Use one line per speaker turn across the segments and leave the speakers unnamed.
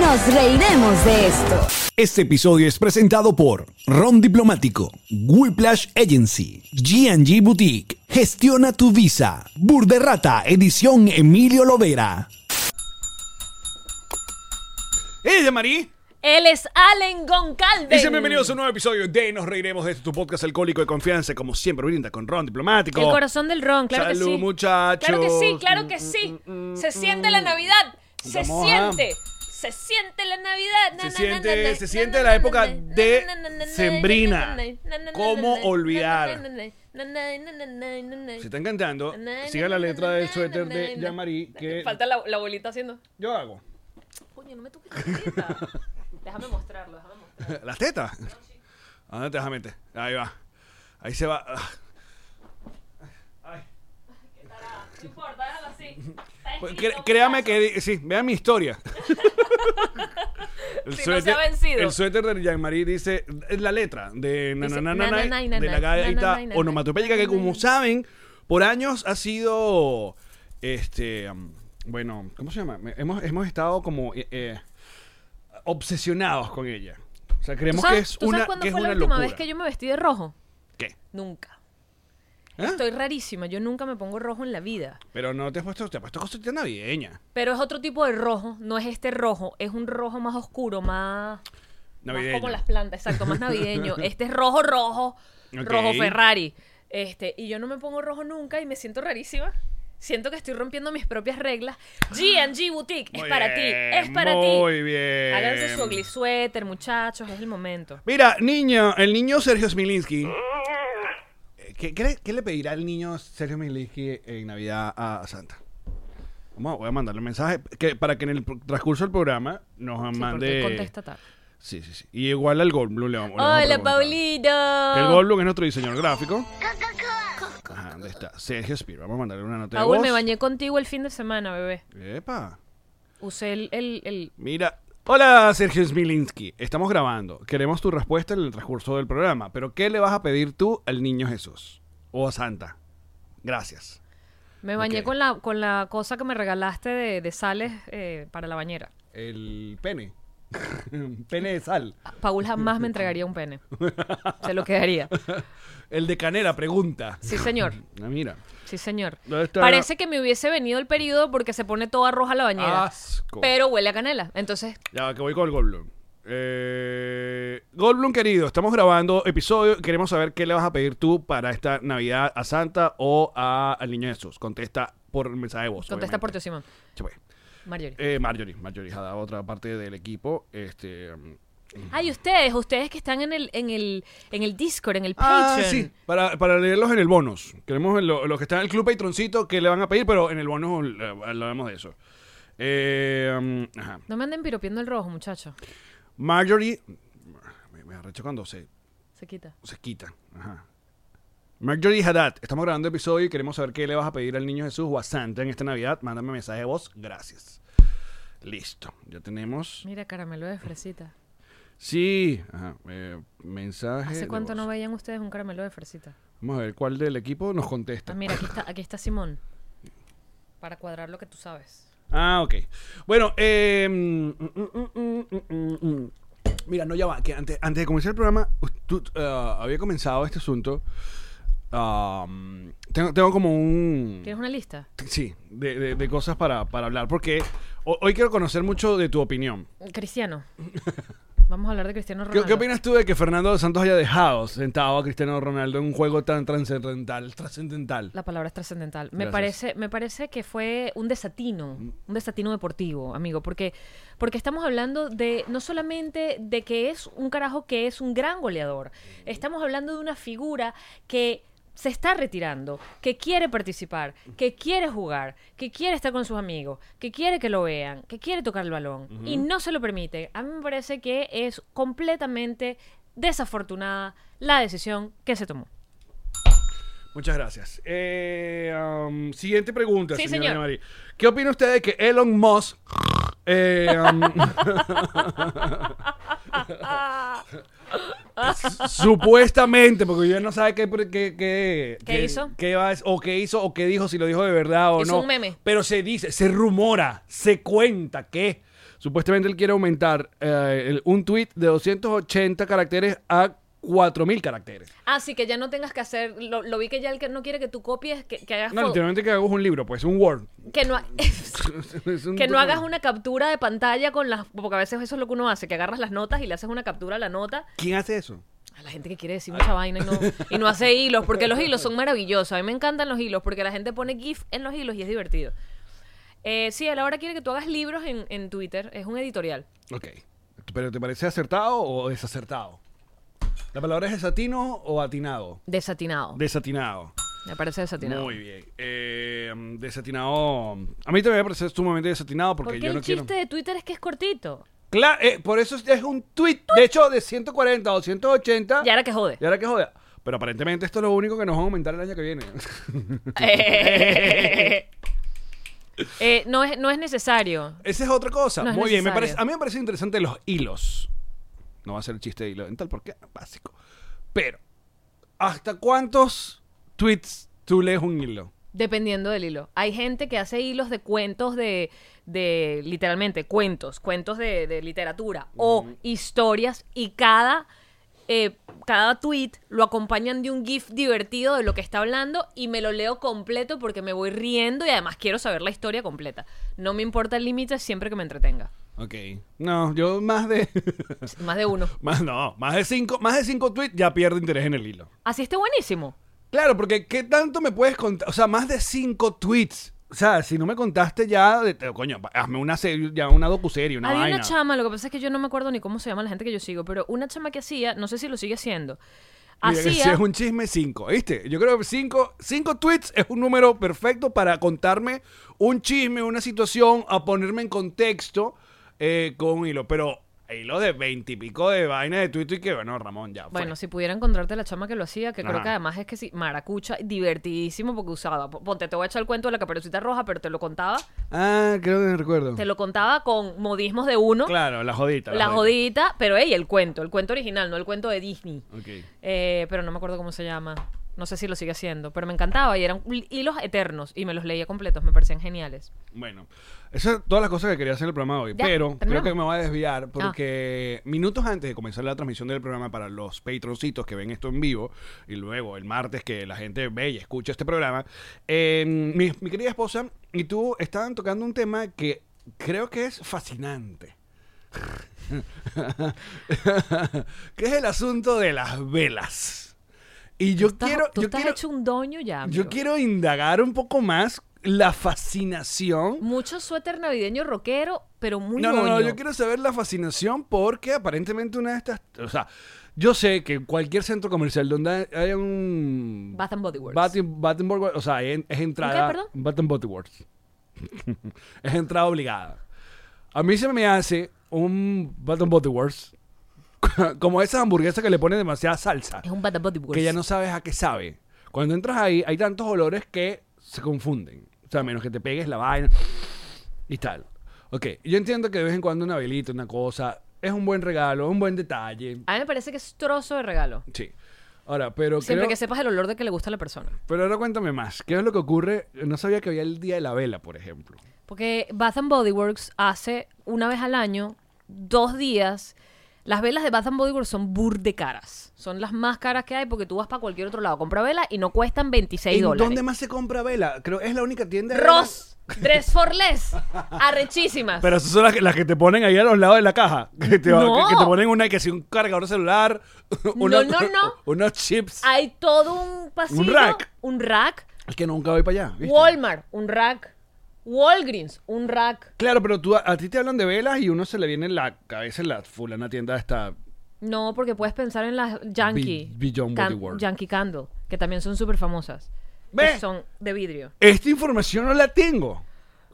Nos reiremos de esto.
Este episodio es presentado por Ron Diplomático, Whiplash Agency, GG Boutique, Gestiona tu Visa, Burderrata, edición Emilio Lovera. ¡Ella, Marí!
Él es Allen Goncalves.
Dicen bienvenidos a un nuevo episodio de Nos Reiremos de este tu podcast alcohólico de confianza, como siempre brinda con Ron Diplomático.
El corazón del ron, claro que sí.
Salud, muchachos. Mm.
Claro que sí, claro que sí. Se siente la Navidad. Se
Vamos a-
siente. Se siente la Navidad.
Se
Na, na,
siente-
na, na,
se
na,
siente
na,
la
na,
época
na, na,
de
na, na, na, na,
sembrina.
na, na, na, na,
¿Cómo
na, na,
olvidar?
na, na, na, na, na, na, na, na, na.
Si están cantando,
Na, na,
siga la
na,
letra
na,
del
na,
suéter
na,
de
na,
Yamari que
Falta la, la abuelita haciendo.
yo hago.
Coño, no me toques la abuelita. Déjame mostrarlo, déjame mostrarlo.
¿Las tetas? ¿A dónde te vas a meter? Ahí va. Ahí se va. Ah.
No importa, déjalo así. Está
Pues,
escrito,
cre- créame
pedazo.
que sí, vean mi historia. el,
Si no se ha vencido.
el suéter de Jean-Marie dice es la letra de na,
Dice,
na, na, na,
na, na,
na,
na,
de
na,
la gaita
na, na, na,
onomatopéyica
na,
que
na,
como
na.
saben por años ha sido este um, bueno cómo se llama Me- hemos, hemos estado como eh, eh, obsesionados con ella o sea
¿Tú
creemos que
sabes-
es
¿Tú sabes
una
cuándo
que es
fue la
una
última
locura
vez que yo me vestí de rojo?
¿Qué?
Nunca.
¿Eh?
Estoy rarísima, yo nunca me pongo rojo en la vida.
pero no te has puesto te has puesto cosita navideña
Pero es otro tipo de rojo, no es este rojo, es un rojo más oscuro, más, más
Navideño.
como las plantas, exacto, más navideño. Este es rojo rojo,
Ok.
rojo Ferrari. Este, y yo no me pongo rojo nunca y me siento rarísima. Siento que estoy rompiendo mis propias reglas. G&G Boutique es
Muy
para ti, es
bien,
para ti.
muy bien
Háganse su ugly sweater, muchachos, es el momento.
Mira, niño, el niño Sergio Smilinski. Eh, ¿Qué, qué le- qué le pedirá el niño Sergio Smilinski en Navidad a Santa? Vamos, voy a mandarle un mensaje que, para que en el pro- transcurso del programa nos
Sí, porque
mande.
él contesta tarde.
Sí, sí, sí. Y igual al Goldblum le vamos le vamos a
Hola,
preguntar.
Paulito.
El Goldblum es nuestro diseñador gráfico. Ajá, ¿dónde está? Sergio Spear. Vamos a mandarle una nota de
Paul,
voz.
me bañé contigo el fin de semana, bebé.
Epa.
Usé el, el, el-
Mira. Hola, Sergio Smilinski. Estamos grabando. Queremos tu respuesta en el transcurso del programa. Pero, ¿qué le vas a pedir tú al niño Jesús? O a Santa. Gracias.
Me bañé
Ok.
con, la, con la cosa que me regalaste de, de sales eh, para la bañera.
El pene. pene de sal.
Paul jamás me entregaría un pene. Se lo quedaría.
El de canela, pregunta.
Sí, señor.
Ah, mira.
Sí, señor.
¿Dónde está?
Parece que me hubiese venido el periodo porque se pone toda roja la bañera.
Asco.
Pero huele a canela. Entonces,
Ya, que voy con el Goldblum. Eh, Goldblum, querido, estamos grabando episodio. Queremos saber qué le vas a pedir tú para esta Navidad a Santa o a- al niño Jesús. Contesta por mensaje de voz.
contesta por tu
obviamente.
Simón.
Ya voy.
Marjorie.
Eh, Marjorie, Marjorie Haddad, otra parte del equipo. Este, um,
Ay, ustedes, ustedes que están en el, en el, en el Discord, en el
Ah,
Patreon.
Para, para leerlos en el bonus. Queremos el- lo- los que están en el club Patroncito que le van a pedir, pero en el bonus eh, hablaremos de eso. Eh, um, ajá.
No me anden piropiendo el rojo, muchacho.
Marjorie. Me, me arrecho cuando se,
Se quita.
se quita. Ajá. Marjorie Haddad, estamos grabando episodio y queremos saber qué le vas a pedir al niño Jesús o a Santa en esta Navidad. Mándame mensaje de voz. Gracias. Listo. Ya tenemos.
Mira, caramelo de fresita.
Sí. Ajá. eh, mensaje.
¿Hace
de
cuánto
voz.
no veían ustedes un caramelo de fresita?
Vamos a ver cuál del equipo nos
Ah,
contesta.
mira, aquí está, aquí está Simón. Para cuadrar lo que tú sabes.
Ah, ok. Bueno, eh, mm, mm, mm, mm, mm, mm, mm. mira, no, ya va, que antes, antes de comenzar el programa, us- tú, eh, había comenzado este asunto. um, tengo, tengo como un... Mm.
¿Tienes una lista?
Sí, de, de- de cosas para, para hablar, porque Ho- Hoy quiero conocer mucho de tu opinión.
Cristiano. Vamos a hablar de Cristiano
¿Qué,
Ronaldo.
qué opinas tú de que Fernando Santos haya dejado sentado a Cristiano Ronaldo en un juego tan trascendental? trascendental?
La palabra es trascendental. Me
Gracias. Mm.
parece, me parece que fue un desatino, un desatino deportivo, amigo, porque, porque estamos hablando de no solamente de que es un carajo que es un gran goleador, estamos hablando de una figura que se está retirando, que quiere participar, que quiere jugar, que quiere estar con sus amigos, que quiere que lo vean, que quiere tocar el balón y no se lo permite. A mí me parece que es completamente desafortunada la decisión que se tomó.
Muchas gracias. Eh, um, siguiente pregunta,
Sí,
señora
señor.
Ana María. ¿Qué opina usted de que Elon Musk... eh, um, supuestamente, porque yo no sabe qué, qué, qué,
hizo?
qué va a- o qué hizo o qué dijo, si lo dijo de verdad o
Hizo
no.
un meme.
Pero se dice, se rumora, se cuenta que supuestamente él quiere aumentar eh, el- un tweet de 280 caracteres a 4000 caracteres.
Ah, sí, que ya no tengas que hacer. Lo, lo vi que ya el que no quiere que tú copies, que, que hagas.
No,
fo-
literalmente que hago un libro, pues, un Word.
que no, ha-
Es un
que no
documento.
hagas una captura de pantalla con las. Porque a veces eso es lo que uno hace, que agarras las notas y le haces una captura a la nota.
¿Quién hace eso?
A la gente que quiere decir mucha vaina y no, y no hace hilos, porque los hilos son maravillosos. A mí me encantan los hilos, porque la gente pone GIF en los hilos y es divertido. Eh, sí, él ahora quiere que tú hagas libros en, en Twitter. Es un editorial.
Ok. ¿Pero te parece acertado o desacertado? ¿La palabra es desatino o atinado?
Desatinado.
Desatinado.
Me parece desatinado.
Muy bien. Eh, mm, desatinado. A mí también me parece sumamente desatinado porque,
Porque
yo
el
no
chiste
quiero.
de Twitter es que es cortito.
Claro, eh, por eso es- es un tweet. De hecho, de 140 o 180.
Y ahora que jode.
Y ahora que joda. Pero aparentemente esto es lo único que nos va a aumentar el año que viene.
Eh, no, es, no es necesario.
Esa es otra cosa.
No es
Muy bien, me
necesario.
parece, a mí me parece interesante los hilos. No va a ser el chiste de hilo dental porque es básico. Pero, ¿hasta cuántos tweets tú lees un hilo?
Dependiendo del hilo. Hay gente que hace hilos de cuentos de, de literalmente, cuentos, cuentos de, de literatura o historias y cada, eh, cada tweet lo acompañan de un GIF divertido de lo que está hablando y me lo leo completo porque me voy riendo y además quiero saber la historia completa. No me importa el límite siempre que me entretenga.
Ok. No, yo más de.
Más de uno.
más, no, más de cinco, más de cinco tweets ya pierdo interés en el hilo.
Así esté buenísimo.
Claro, porque ¿qué tanto me puedes contar? O sea, más de cinco tweets. O sea, si no me contaste ya, de- te- coño, hazme una serie, ya una docuserie, una
Había
vaina.
una chama, lo que pasa es que yo no me acuerdo ni cómo se llama la gente que yo sigo, pero una chama que hacía, no sé si lo sigue haciendo,
Mira,
hacía...
Si es un chisme, cinco. ¿Viste? Yo creo que cinco, cinco tweets es un número perfecto para contarme un chisme, una situación, a ponerme en contexto eh, con un hilo. Pero hilo de veintipico de vaina de Twitter y que, bueno, Ramón, ya. fue.
Bueno, si pudiera encontrarte la chama que lo hacía, que creo
Ajá.
que además es que sí, maracucha, divertidísimo porque usaba, po- ponte, te voy a echar el cuento de la caperucita roja, pero te lo contaba,
Ah, creo que me recuerdo.
te lo contaba con modismos de uno,
Claro, la jodita.
la jodita, pero ey, el cuento, el cuento original, no el cuento de Disney.
Ok.
Eh, pero no me acuerdo cómo se llama. No sé si lo sigue haciendo, pero me encantaba y eran hilos eternos y me los leía completos, me parecían geniales.
Bueno, esas son todas las cosas que quería hacer en el programa de hoy,
Ya, Ah.
pero creo
terminamos.
que me voy a desviar porque minutos antes de comenzar la transmisión del programa para los patroncitos que ven esto en vivo y luego el martes que la gente ve y escucha este programa, eh, mi, mi querida esposa y tú estaban tocando un tema que creo que es fascinante. que es el asunto de las velas. Y yo
Estás-
quiero...
tú
yo
estás
quiero-
hecho un doño ya.
yo
amigo.
quiero indagar un poco más la fascinación.
Mucho suéter navideño rockero, pero muy
No, no, no,
doño.
yo quiero saber la fascinación porque aparentemente una de estas, o sea, yo sé que en cualquier centro comercial donde hay- haya un
Bath and Body Works.
Bath, and- Bath and Body Works, o sea, en- es entrada
perdón?
Bath and Body Works. es entrada obligada. A mí se me hace un Bath and Body Works como esas hamburguesas que le ponen demasiada salsa
Es un Bath and Body Works.
que ya no sabes a qué sabe. Cuando entras ahí, hay tantos olores que se confunden. O sea, a menos que te pegues la vaina y tal. Ok, yo entiendo que de vez en cuando una velita, una cosa, es un buen regalo, un buen detalle.
A mí me parece que es trozo de regalo.
Sí. Ahora, pero
Siempre
creo-
que sepas el olor de que le gusta a la persona.
Pero ahora cuéntame más. ¿Qué es lo que ocurre? No sabía que había el Día de la Vela, por ejemplo.
Porque Bath and Body Works hace una vez al año, dos días, Las velas de Bath and Body Works son burde caras. Son las más caras que hay porque tú vas para cualquier otro lado. Compra vela y no cuestan 26
¿En
dólares.
dónde más se compra vela? Creo es la única tienda. de velas-
Ross, Dress for Less. Arrechísimas.
Pero esas son las que, las que te ponen ahí a los lados de la caja. Que te, va-
No.
que, que te ponen una que si un cargador celular, unos-
no, no.
unos chips.
Hay todo un pasillo.
rack.
Un rack.
Es que nunca voy para allá. ¿viste?
Walmart, un rack. Walgreens, un rack.
Claro, pero tú, a, a ti te hablan de velas y uno se le viene en la cabeza en la fulana tienda esta.
No, porque puedes pensar en las Yankee.
Be- Beyond
Can-
Body Works.
Yankee Candle, que también son súper famosas.
Ve.
Que Son de vidrio.
Esta información no la tengo.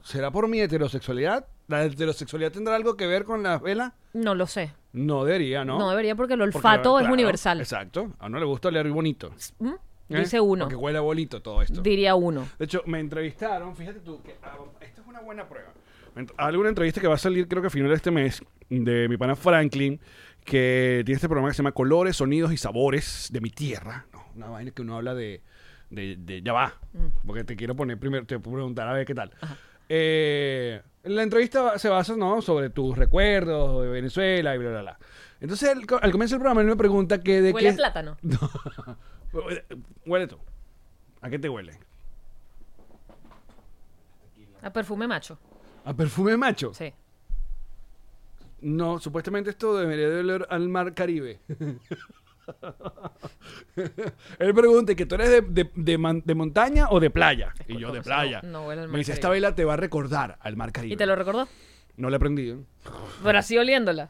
¿Será por mi heterosexualidad? ¿La heterosexualidad tendrá algo que ver con las velas?
No lo sé.
No debería, ¿no?
No, debería porque el
Porque,
olfato es
claro,
universal.
Exacto. A uno le gusta oler bonito.
¿Mm?
¿eh?
Dice uno.
Porque huele bonito todo esto.
Diría uno.
De hecho, me entrevistaron, fíjate tú, que ah, esta es una buena prueba. Me ent- Alguna entrevista que va a salir, creo que a final de este mes, de mi pana Franklin, que tiene este programa que se llama Colores, Sonidos y Sabores de mi Tierra. No, una vaina que uno habla de. de, de- ya va.
Mm.
Porque te quiero poner primero, te puedo preguntar a ver qué tal. Eh, la entrevista va- se basa ¿no? sobre tus recuerdos de Venezuela y bla, bla, bla. Entonces, al, co- al comienzo del programa, él me pregunta que de
Huele
qué.
a plátano.
Huele- Huele tú. ¿A qué te huele?
A perfume macho.
¿A perfume macho?
Sí.
No, supuestamente esto debería de oler al mar Caribe. Él pregunta que tú eres de, de- de man- de montaña o de playa. y yo de
no,
playa.
no huele al mar
Me dice,
Caribe.
esta vela te va a recordar al mar Caribe.
¿Y te lo recordó?
No la he prendido.
Pero así oliéndola.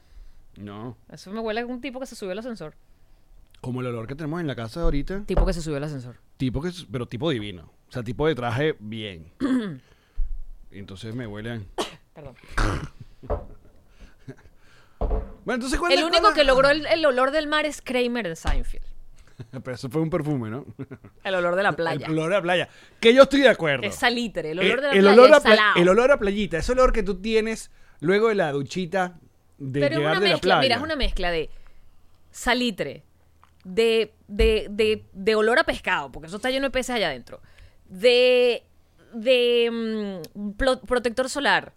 No.
Eso me huele a un tipo que se subió al ascensor.
Como el olor que tenemos en la casa ahorita.
Tipo que se subió al ascensor.
Tipo que, es- pero tipo divino. O sea, tipo de traje bien. Entonces me huelen.
Perdón.
Bueno, entonces ¿cuál es
El
la-
único
cuál
que
es-
logró el, el olor del mar es Kramer en Seinfeld.
Pero eso fue un perfume, ¿no?
El olor de la playa.
El olor a playa. Que yo estoy de acuerdo.
Es salitre. El olor de la
Eh, el
playa
olor a
es
pla-
salado.
el olor a playita, ese olor que tú tienes luego de la duchita de
Pero es
llegar
una
de la
mezcla.
playa.
Mira, es una mezcla de salitre, de, de, de, de olor a pescado, porque eso está lleno de peces allá adentro. De, de mm, plo- protector solar,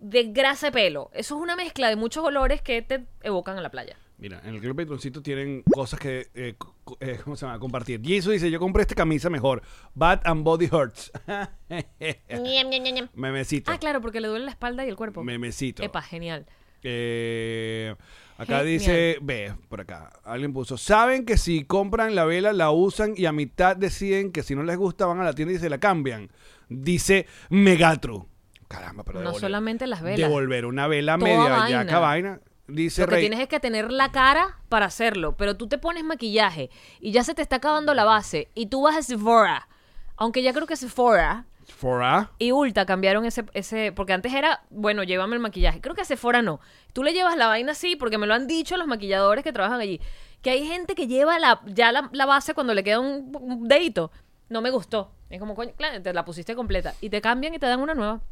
de grasa de pelo. Eso es una mezcla de muchos olores que te evocan a la playa.
Mira, en el Club Patroncito tienen cosas que, eh, co- co- eh, ¿cómo se llama? Compartir. Jisoo dice, yo compré esta camisa mejor. Bat and Body Hurts. Memecito.
Ah, claro, porque le duele la espalda y el cuerpo.
Memecito.
Epa, genial.
Eh, acá
Genial.
dice, ve, por acá, alguien puso, saben que si compran la vela, la usan y a mitad deciden que si no les gusta van a la tienda y se la cambian. Dice Megatru. Caramba, pero
No
devolver-
solamente las velas.
Devolver una vela
Toda
media
vaina.
yaca vaina. Dice
Lo que
Rey.
tienes es que tener la cara para hacerlo, pero tú te pones maquillaje y ya se te está acabando la base y tú vas a Sephora, aunque ya creo que Sephora
For a-
y Ulta cambiaron ese, ese, porque antes era, bueno, llévame el maquillaje, creo que Sephora no, tú le llevas la vaina así porque me lo han dicho los maquilladores que trabajan allí, que hay gente que lleva la, ya la, la base cuando le queda un, un dedito, no me gustó, es como, coño, claro, te la pusiste completa y te cambian y te dan una nueva,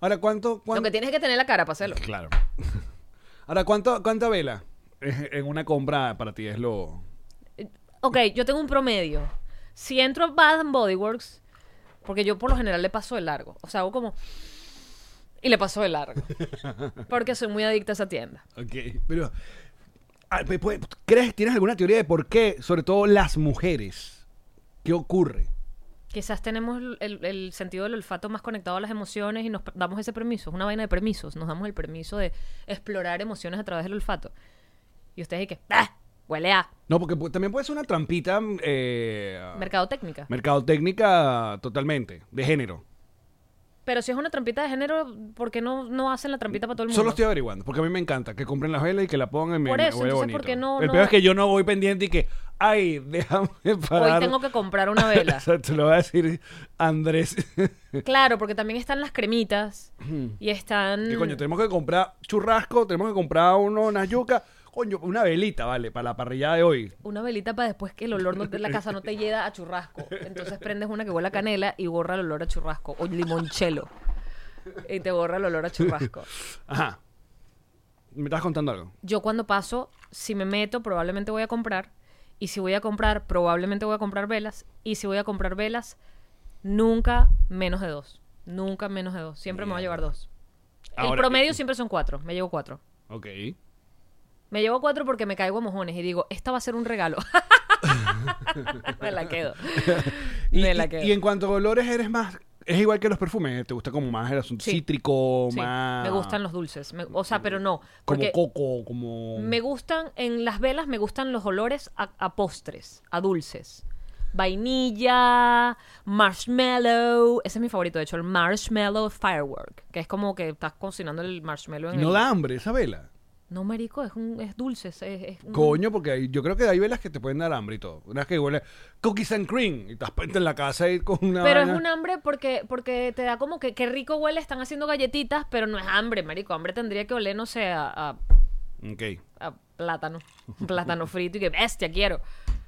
Ahora, ¿cuánto?
lo
cuánto?
que tienes es que tener la cara para hacerlo.
Claro. Ahora, ¿cuánto, ¿cuánta vela es- en una compra para ti es lo...
Ok, yo tengo un promedio. Si entro a Bath and Body Works, porque yo por lo general le paso de largo. O sea, hago como. Y le paso de largo. Porque soy muy adicta a esa tienda.
Ok, pero... ah, pe- pe- ¿Crees, tienes alguna teoría de por qué, sobre todo las mujeres, qué ocurre?
Quizás tenemos el, el sentido del olfato más conectado a las emociones y nos damos ese permiso. Es una vaina de permisos. Nos damos el permiso de explorar emociones a través del olfato. Y ustedes dicen que. "Ah, Huele a
No, porque pu- también puede ser una trampita... Eh,
mercadotécnica.
mercadotécnica totalmente, de género.
Pero si es una trampita de género, ¿por qué no, no hacen la trampita para todo el mundo?
Mm, Solo estoy averiguando, porque a mí me encanta que compren las velas y que la pongan en mi
Por eso, entonces, ¿por qué no-
El
no-
peor es que yo no voy pendiente y que, ay, déjame parar.
Hoy tengo que comprar una vela.
o sea, te lo va a decir Andrés.
Claro, porque también están las cremitas y están.
que coño, tenemos que comprar churrasco, tenemos que comprar uno, una yuca, coño, una velita, vale, para la parrillada de hoy.
Una velita para después que el olor no te- la casa no te lleva a churrasco. Entonces prendes una que huele a canela y borra el olor a churrasco. O limonchelo. Y te borra el olor a churrasco.
Ajá. ¿Me estás contando algo?
Yo cuando paso, si me meto, probablemente voy a comprar. Y si voy a comprar, probablemente voy a comprar velas. Y si voy a comprar velas, nunca menos de dos. Nunca menos de dos. Siempre me voy a llevar dos.
Ahora-
el promedio siempre son cuatro. Me llevo cuatro.
Ok.
Me llevo cuatro porque me caigo a mojones y digo, esta va a ser un regalo. me la quedo.
Y,
me la
y-
quedo.
y en cuanto a olores, eres más. Es igual que los perfumes. eh, ¿Te gusta como más el asunto
Sí.
cítrico,
Sí,
más.
Me gustan los dulces. me- o sea, pero no.
Como
Porque
coco, como.
me gustan, en las velas me gustan los olores a, a postres, a dulces. Vainilla, marshmallow. Ese es mi favorito, de hecho, el marshmallow firework. Que es como que estás cocinando el marshmallow en
No
el-
da hambre esa vela.
No, marico, es, un, es dulce. Es, es un-
Coño, porque hay- yo creo que hay velas que te pueden dar hambre y todo. Unas que huele cookies and cream. Y estás puesta en la casa y con una.
Pero es
vaina.
un hambre porque, porque te da como que qué rico huele, están haciendo galletitas, pero no es hambre, marico. Hambre tendría que oler, no sé, a, a-
Ok.
a plátano. Un plátano frito y que bestia quiero.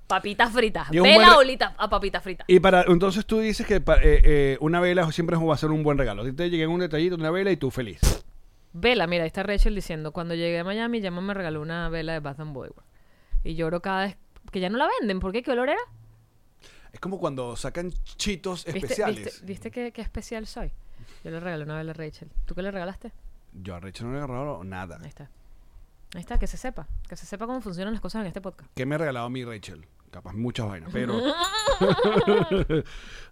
Papitas fritas.
Y un
Vela
buen re-
olita a papitas fritas.
Y para, entonces tú dices que pa- eh, eh, una vela siempre va a ser un buen regalo. Si te llega un detallito, una vela y tú feliz.
Vela, mira, ahí está Rachel diciendo, cuando llegué a Miami, ya me regaló una vela de Bath and Body Works. Y lloro cada vez que ya no la venden. ¿Por qué? ¿Qué olor era?
Es como cuando sacan chitos
¿Viste,
especiales.
viste, viste qué, qué especial soy? Yo le regalé una vela a Rachel. ¿Tú qué le regalaste?
Yo a Rachel no le he agarrado nada.
Ahí está. Ahí está, que se sepa. Que se sepa cómo funcionan las cosas en este podcast.
¿Qué me ha regalado mi Rachel? Capaz muchas vainas, pero...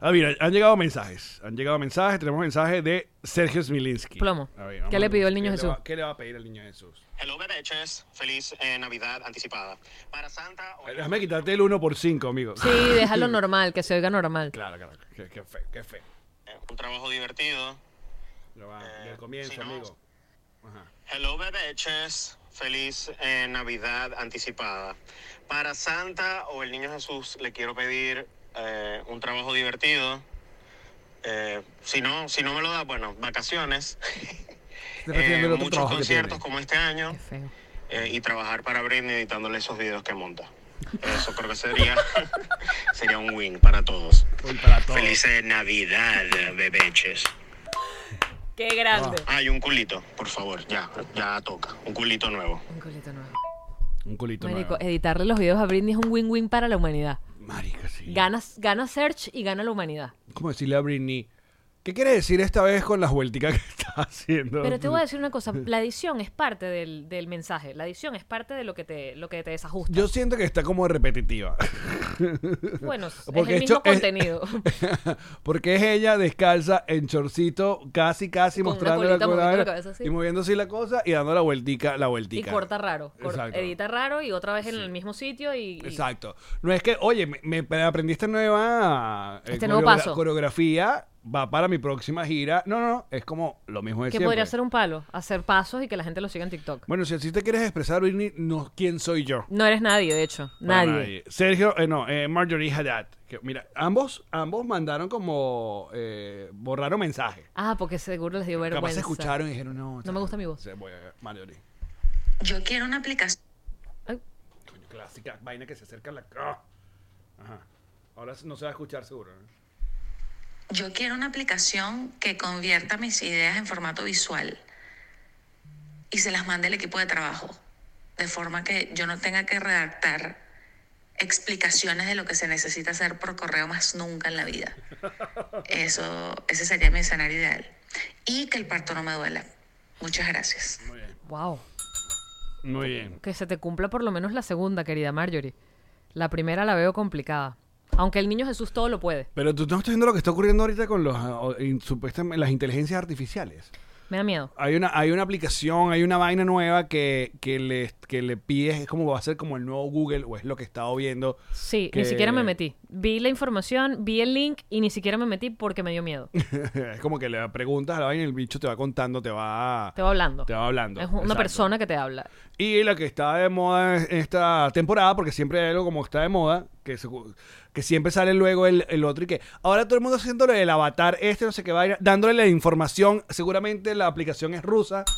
a ver, han llegado mensajes. Han llegado mensajes. Tenemos mensaje de Sergio Smilinski.
Plomo.
A ver, vamos
¿Qué
a
le
ver,
pidió el niño
¿qué le
Jesús?
va- ¿Qué le va a pedir el niño Jesús?
Hello, Bereches. Feliz eh, Navidad anticipada. Para Santa,
Eh,
hoy-
Déjame quitarte el 1 por 5, amigo.
Sí, déjalo normal, que se oiga normal.
Claro, claro. Qué, qué fe, qué fe.
eh, un trabajo divertido.
Ya va,
Eh,
del comienzo,
si no-
amigo.
Hello, Bereches. Feliz eh, Navidad anticipada. Para Santa o el Niño Jesús le quiero pedir eh, un trabajo divertido. Eh, si no, si no me lo da, bueno, vacaciones.
Te refiriendo
Eh,
al otro
muchos
trabajo que tiene.
conciertos como este año.
Qué feo.
eh, y trabajar para Britney editándole esos videos que monta. Eso creo que sería, sería un win para todos.
Uy, para todos.
Felices Navidad, bebeches.
Qué grande.
Ah.
Hay un culito, por favor, ya, ya toca. Un culito nuevo.
Un culito nuevo.
Un culito
Marico,
nuevo.
editarle los videos a Britney es un win-win para la humanidad.
Marica, sí.
Ganas, gana Search y gana la humanidad.
¿Cómo decirle a Britney? ¿Qué quiere decir esta vez con las vuelticas que está haciendo?
Pero te voy a decir una cosa, la edición es parte del, del mensaje, la edición es parte de lo que te, lo que te desajusta.
Yo siento que está como repetitiva.
bueno, es el
Porque
mismo
esto es-
contenido.
Porque es ella descalza en chorcito, casi, casi
Con una
mostrando
colita moviendo la
la
cabeza así.
y moviendo así la cosa y dando la vueltica, la
y
vueltica.
corta raro, cor-
Exacto.
edita raro y otra vez en el mismo sitio y... y-
Exacto. No es que, oye, me, me aprendí esta nueva eh,
Este nuevo
coreogra-
paso.
coreografía, va para mi próxima gira. No, no, no, es como lo mismo de
Que
siempre.
podría ser un palo, hacer pasos y que la gente lo siga en TikTok.
Bueno, si así te quieres expresar, Britney, no, ¿quién soy yo?
No eres nadie, de hecho,
Para
nadie.
Sergio, eh, no, eh, Marjorie Haddad. Que, mira, ambos, ambos mandaron como. eh, borraron mensaje.
Ah, porque seguro les dio
Capaz
vergüenza.
se escucharon y dijeron, no.
No me gusta mi voz.
se- voy a- Marjorie.
Yo quiero una aplicación.
Ay,
Coño, clásica vaina que se acerca a la. ¡Ah! Ajá. Ahora no se va a escuchar seguro. ¿no?
Yo quiero una aplicación que convierta mis ideas en formato visual y se las mande al equipo de trabajo, de forma que yo no tenga que redactar explicaciones de lo que se necesita hacer por correo más nunca en la vida. Eso, ese sería mi escenario ideal. Y que el parto no me duela. Muchas gracias.
wow.
Muy bien.
Que se te cumpla por lo menos la segunda, querida Marjorie. La primera la veo complicada. Aunque el niño Jesús todo lo puede.
Pero tú no estás viendo lo que está ocurriendo ahorita con los, ah, o- in- supuestamente, las inteligencias artificiales.
Me da miedo.
Hay una, hay una aplicación, hay una vaina nueva que, que, le, que le pides, es como va a ser como el nuevo Google, o es lo que he estado viendo.
Sí,
que-
ni siquiera me metí. Vi la información, vi el link y ni siquiera me metí porque me dio miedo.
es como que le preguntas a la vaina y el bicho te va contando, te va,
Te va hablando.
te va hablando.
Es una
Exacto.
persona que te habla.
Y la que está de moda en esta temporada, porque siempre hay algo como está de moda, que, se- que siempre sale luego el, el otro y que ahora todo el mundo haciéndole el avatar este, no sé qué vaina, dándole la información. Seguramente la aplicación es rusa.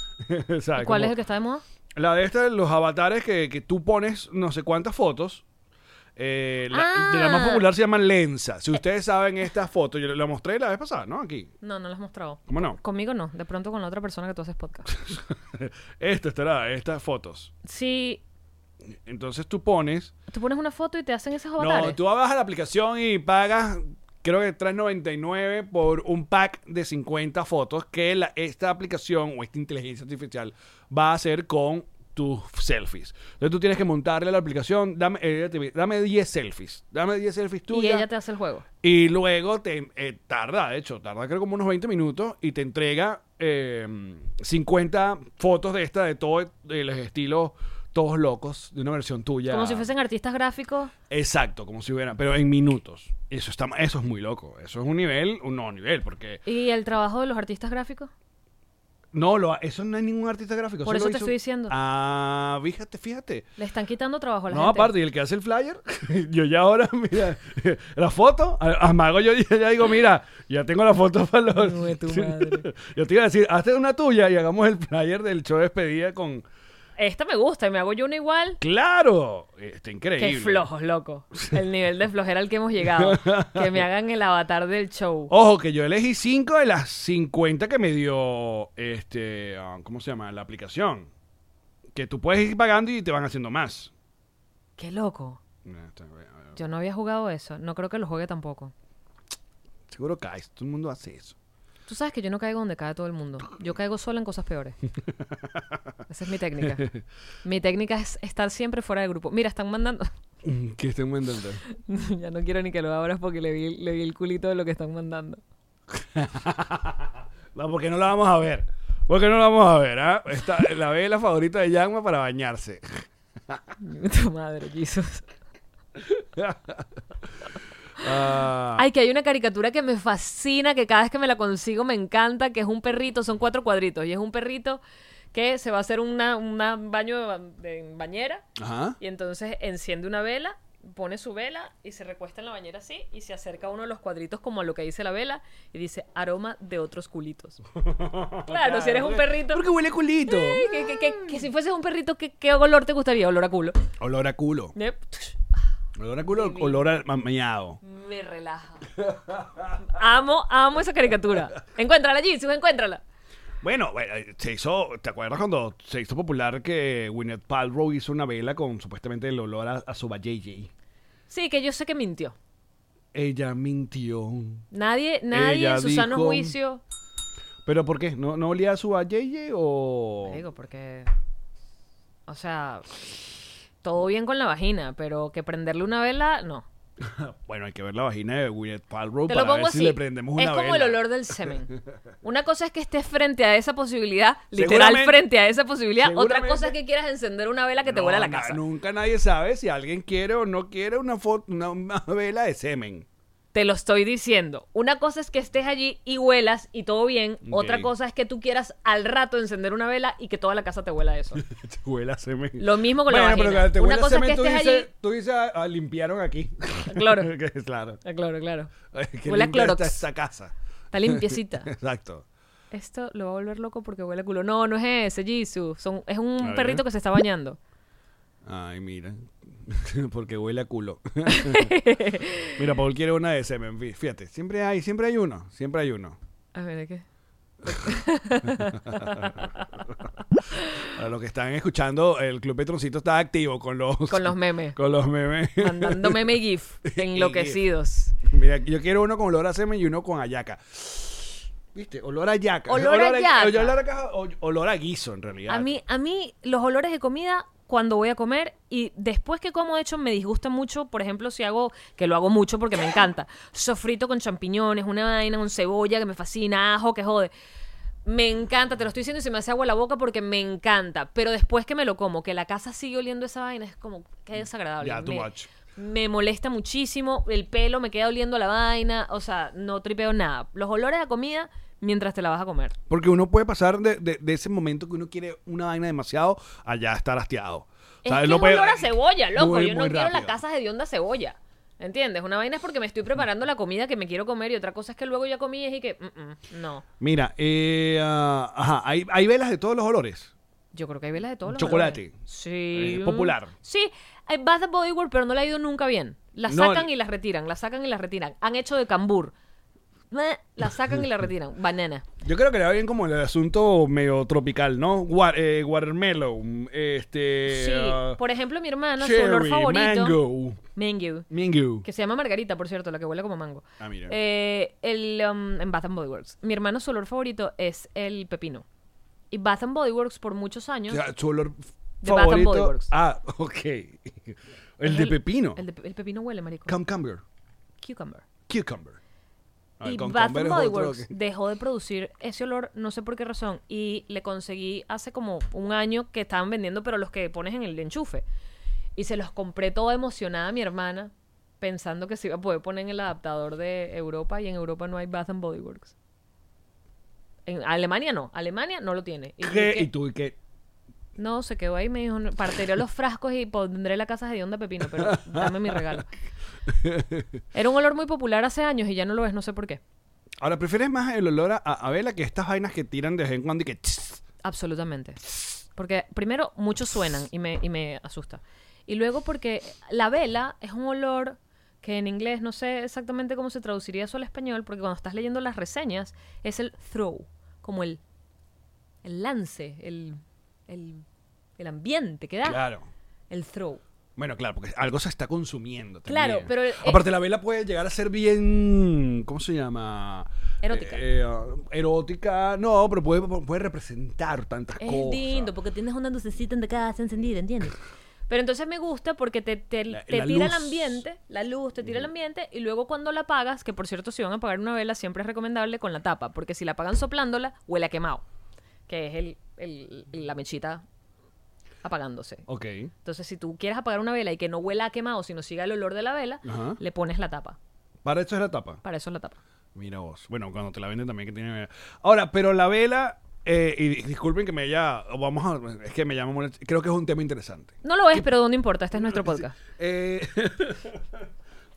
O sea,
¿Y ¿Cuál
como-
es el que está de moda?
La de esta, los avatares que, que tú pones no sé cuántas fotos. eh, la,
Ah.
de la más popular se llaman Lensa. Si ustedes saben estas fotos, yo la mostré la vez pasada, ¿no? Aquí.
No, no lo has mostrado.
¿Cómo no?
Conmigo no, de pronto con la otra persona que tú haces podcast.
Esto estará, estas fotos.
Si
Entonces tú pones.
tú pones una foto y te hacen esos avatares.
No, tú bajas la aplicación y pagas, creo que 3.99 por un pack de 50 fotos que la- esta aplicación o esta inteligencia artificial va a hacer con tus selfies. Entonces tú tienes que montarle la aplicación, dame, eh, te- dame 10 selfies, dame 10 selfies
Y
tuyas.
ella te hace el juego.
Y luego te eh, tarda, de hecho, tarda creo como unos 20 minutos y te entrega eh, 50 fotos de esta, de todos los estilos, todos locos, de una versión tuya.
Como si fuesen artistas gráficos.
Exacto, como si hubiera, pero en minutos. Eso, está, eso es muy loco. Eso es un nivel, un nuevo nivel, porque
¿Y el trabajo de los artistas gráficos?
no, lo, ha- eso no hay ningún artista gráfico.
Por
lo
eso te estoy diciendo.
Ah, fíjate, fíjate.
Le están quitando trabajo a la
No,
gente.
aparte, y el que hace el flyer, yo ya ahora, mira, la foto, a- amago yo ya, ya digo, mira, ya tengo la foto para los...
No, de tu madre.
yo te iba a decir, hazte una tuya y hagamos el flyer del show de despedida con...
Esta me gusta y me hago yo una igual.
¡Claro! Está increíble.
Qué flojos, loco. El nivel de flojera al que hemos llegado. que me hagan el avatar del show.
Ojo, que yo elegí 5 de las 50 que me dio, este, ah, ¿cómo se llama? La aplicación. Que tú puedes ir pagando y te van haciendo más. Este,
Qué loco. Yo no había jugado eso. No creo que lo juegue tampoco.
Seguro caes, todo el mundo hace eso.
Tú sabes que yo no caigo donde cae todo el mundo. Yo caigo sola en cosas peores. Esa es mi técnica. Mi técnica es estar siempre fuera del grupo. Mira, están mandando.
que este estén mandando.
ya no quiero ni que lo abras porque le vi, le vi el culito de lo que están mandando.
No, porque no la vamos a ver. Porque no la vamos a ver, ¿ah? Esta- la vela favorita de Yagma para bañarse.
Tu madre, Jesus.
Ah,
Ay, que hay una caricatura que me fascina, que cada vez que me la consigo me encanta, que es un perrito, son cuatro cuadritos, y es un perrito que se va a hacer una, una baño de, ba- de bañera,
Ajá.
y entonces enciende una vela, pone su vela y se recuesta en la bañera así, y se acerca a uno de los cuadritos como a lo que dice la vela, y dice aroma de otros culitos. claro, si eres un perrito...
Porque huele a culito.
Ay, Que, que- que- que si fueses un perrito, ¿qué, qué olor te gustaría? Olor a culo.
Olor a culo.
Yep.
Olor a culo, olor a ma- meado.
Me relaja. Amo, amo esa caricatura. Encuéntrala, Jesus, encuéntrala.
Bueno, bueno, eh, se hizo, ¿te acuerdas cuando se hizo popular que Gwyneth Paltrow hizo una vela con supuestamente el olor a, a soba JJ?
Sí, que yo sé que mintió.
Ella mintió.
Nadie, nadie
Ella
en su sano
dijo-
juicio.
¿Pero por qué? ¿No, no olía a soba JJ o...?
Digo, porque. O sea, todo bien con la vagina, pero que prenderle una vela, no.
Bueno, hay que ver la vagina de Gwyneth Paltrow
Te
para
lo pongo
ver
así.
si le prendemos una
es como el
vela.
olor del semen. Una cosa es que estés frente a esa posibilidad, literal
Seguramente-
frente a esa posibilidad. Otra
seguramente-
cosa es que quieras encender una vela que te
No,
huela la
na-
casa.
nunca nadie sabe si alguien quiere o no quiere una, foto, una, una vela de semen.
Te lo estoy diciendo. Una cosa es que estés allí y huelas y todo bien. Otra
Ok.
cosa es que tú quieras al rato encender una vela y que toda la casa te huela a eso.
Te huele a semen.
Lo mismo con la
Bueno,
vagina.
pero cuando te
Una
huele a
cosa es
semen,
que
tú
estés
dices,
allí-
tú dices, "Ah, ah, limpiaron aquí.
Cloro.
Que- claro.
Ah, claro, claro.
Ay, que
Huele a
limpia
Clorox.
Esta, esta casa.
Está limpiecita.
Exacto.
Esto lo va a volver loco porque huele a culo. No, no es ese, Jisoo. Son, es
A
un
ver.
perrito que se está bañando.
Ay, mira. Porque huele a culo. mira, Paul quiere una de semen. fí- Fíjate, siempre hay, siempre hay uno. Siempre hay uno.
A ver, ¿qué?
Para los que están escuchando, el Club Petroncito está activo con los,
Con los memes.
con los memes.
Mandando meme y gif. Enloquecidos.
Mira, yo quiero uno con olor a semen y uno con ayaca. ¿Viste? Olor a ayaca.
Olor a hallaca.
Olor a, caja- o- olor a guiso, en realidad.
A mí, a mí los olores de comida cuando voy a comer y después que como, de hecho, me disgusta mucho. Por ejemplo, si hago, que lo hago mucho porque me encanta, sofrito con champiñones, una vaina, un cebolla que me fascina, ajo que jode. Me encanta, te lo estoy diciendo y se me hace agua la boca porque me encanta. Pero después que me lo como, que la casa sigue oliendo esa vaina, es como, qué desagradable.
Ya, too
me,
much.
me molesta muchísimo, el pelo me queda oliendo la vaina, o sea, no tripeo nada. Los olores a comida mientras te la vas a comer.
Porque uno puede pasar de, de- de ese momento que uno quiere una vaina demasiado a ya estar hastiado. O
Es
sea,
que
no
es
puede-
olor a cebolla, loco.
muy-
yo no
muy
quiero la
rápido.
casa de onda cebolla. ¿Entiendes? Una vaina es porque me estoy preparando la comida que me quiero comer y otra cosa es que luego ya comí y es y que, "Mm, mm, no.
Mira, eh, ah, ajá, hay, hay velas de todos los olores.
Yo creo que hay velas de todos los
Chocolate.
olores. Sí.
Eh, popular.
Sí. Hay Bath and Body World, pero no le ha ido nunca bien. La
No,
sacan
el-
y las retiran, la sacan y las retiran. Han hecho de cambur. Meh, La sacan y la retiran. Banana.
Yo creo que le va bien como el asunto medio tropical, ¿no? Gua- eh, watermelon, este...
Sí.
ah,
Por ejemplo, mi hermana, su olor
cherry,
favorito.
mango,
Mango.
mango.
Que se llama Margarita, por cierto, la que huele como mango.
Ah, mira.
Eh, el, um, en Bath and Body Works. Mi hermano, su olor favorito es el pepino. Y Bath and Body Works, por muchos
O
años,
sea, su olor
De Bath and Body
favorito.
Works.
Ah, ok. El
Es
de pepino.
El, de- el pepino huele, marico.
Cucumber.
Cucumber.
Cucumber. Ah,
Y
con
Bath
cucumber
and
es
Body
otro
Works
que-
dejó de producir ese olor, no sé por qué razón, y le conseguí hace como un año que estaban vendiendo, pero los que pones en el enchufe. Y se los compré toda emocionada a mi hermana, pensando que se iba a poder poner en el adaptador de Europa, y en Europa no hay Bath and Body Works. En Alemania no, Alemania no lo tiene. Y yo
¿Qué?
dije,
¿Y tú y qué?
No, se quedó ahí, me dijo, "No, partiré los frascos y pondré la casa de onda pepino, pero dame mi regalo. Era un olor muy popular hace años y ya no lo es, no sé por qué.
Ahora, ¿prefieres más el olor a, a vela que estas vainas que tiran de vez en cuando y que... tss?
Absolutamente. Porque primero, muchos suenan y me, y me asusta. Y luego porque la vela es un olor que en inglés no sé exactamente cómo se traduciría eso al español, porque cuando estás leyendo las reseñas es el throw, como el, el lance, el, el, el ambiente que da.
Claro.
El throw.
Bueno, claro, porque algo se está consumiendo.
Claro,
también.
pero, eh,
Aparte, la vela puede llegar a ser bien. ¿Cómo se llama?
Erótica.
Eh, eh, erótica. No, pero puede, puede representar tantas
Es
cosas.
lindo, porque tienes una lucecita en casa encendida, ¿entiendes? Pero entonces me gusta porque te, te-
La-
te
la
tira el
luz.
ambiente, la luz te tira el ambiente, y luego cuando la apagas, que por cierto, si van a apagar una vela, siempre es recomendable con la tapa, porque si la apagan soplándola, huele a quemado, que es el, el- la mechita apagándose.
Ok.
Entonces, si tú quieres apagar una vela y que no huela a quemado, sino siga el olor de la vela,
Ajá.
le pones la tapa.
Para esto es la tapa.
Para eso es la tapa.
Mira vos. Bueno, cuando te la venden también que tiene vela. Ahora, pero la vela. eh, y dis- disculpen que me haya. Vamos a. Es que me llama molest- Creo que es un tema interesante.
No lo es, pero ¿dónde importa? Este es nuestro podcast.
Eh,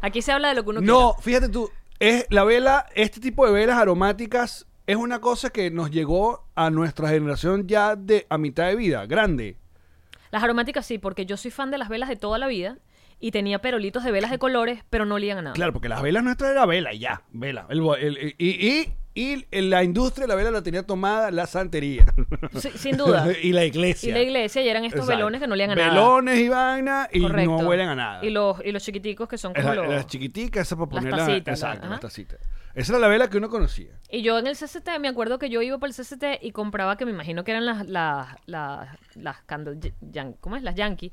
Aquí se habla de lo que uno
no,
quiera.
fíjate tú. Es la vela, este tipo de velas aromáticas es una cosa que nos llegó a nuestra generación ya de a mitad de vida, grande.
Las aromáticas sí, porque yo soy fan de las velas de toda la vida y tenía perolitos de velas de colores, pero no olían a nada.
Claro, porque las velas nuestras era vela, y ya, vela. El bo- el- el- y, y- y la industria de la vela la tenía tomada la santería.
Sí, sin duda.
y la iglesia.
Y la iglesia, y eran estos
Exacto.
velones que no olían a nada.
Velones y vaina y
Correcto.
no huelen a nada.
Y los, y los chiquiticos que son
Es
como
la-
los...
Las chiquiticas, esas para
las
ponerlas.
tacitas, la-
exacto,
ajá.
las tacitas. Esa era la vela que uno conocía.
Y yo en el CCT, me acuerdo que yo iba para el CCT y compraba, que me imagino que eran las, las, las, las candle y- yan- ¿cómo es? Las Yankee,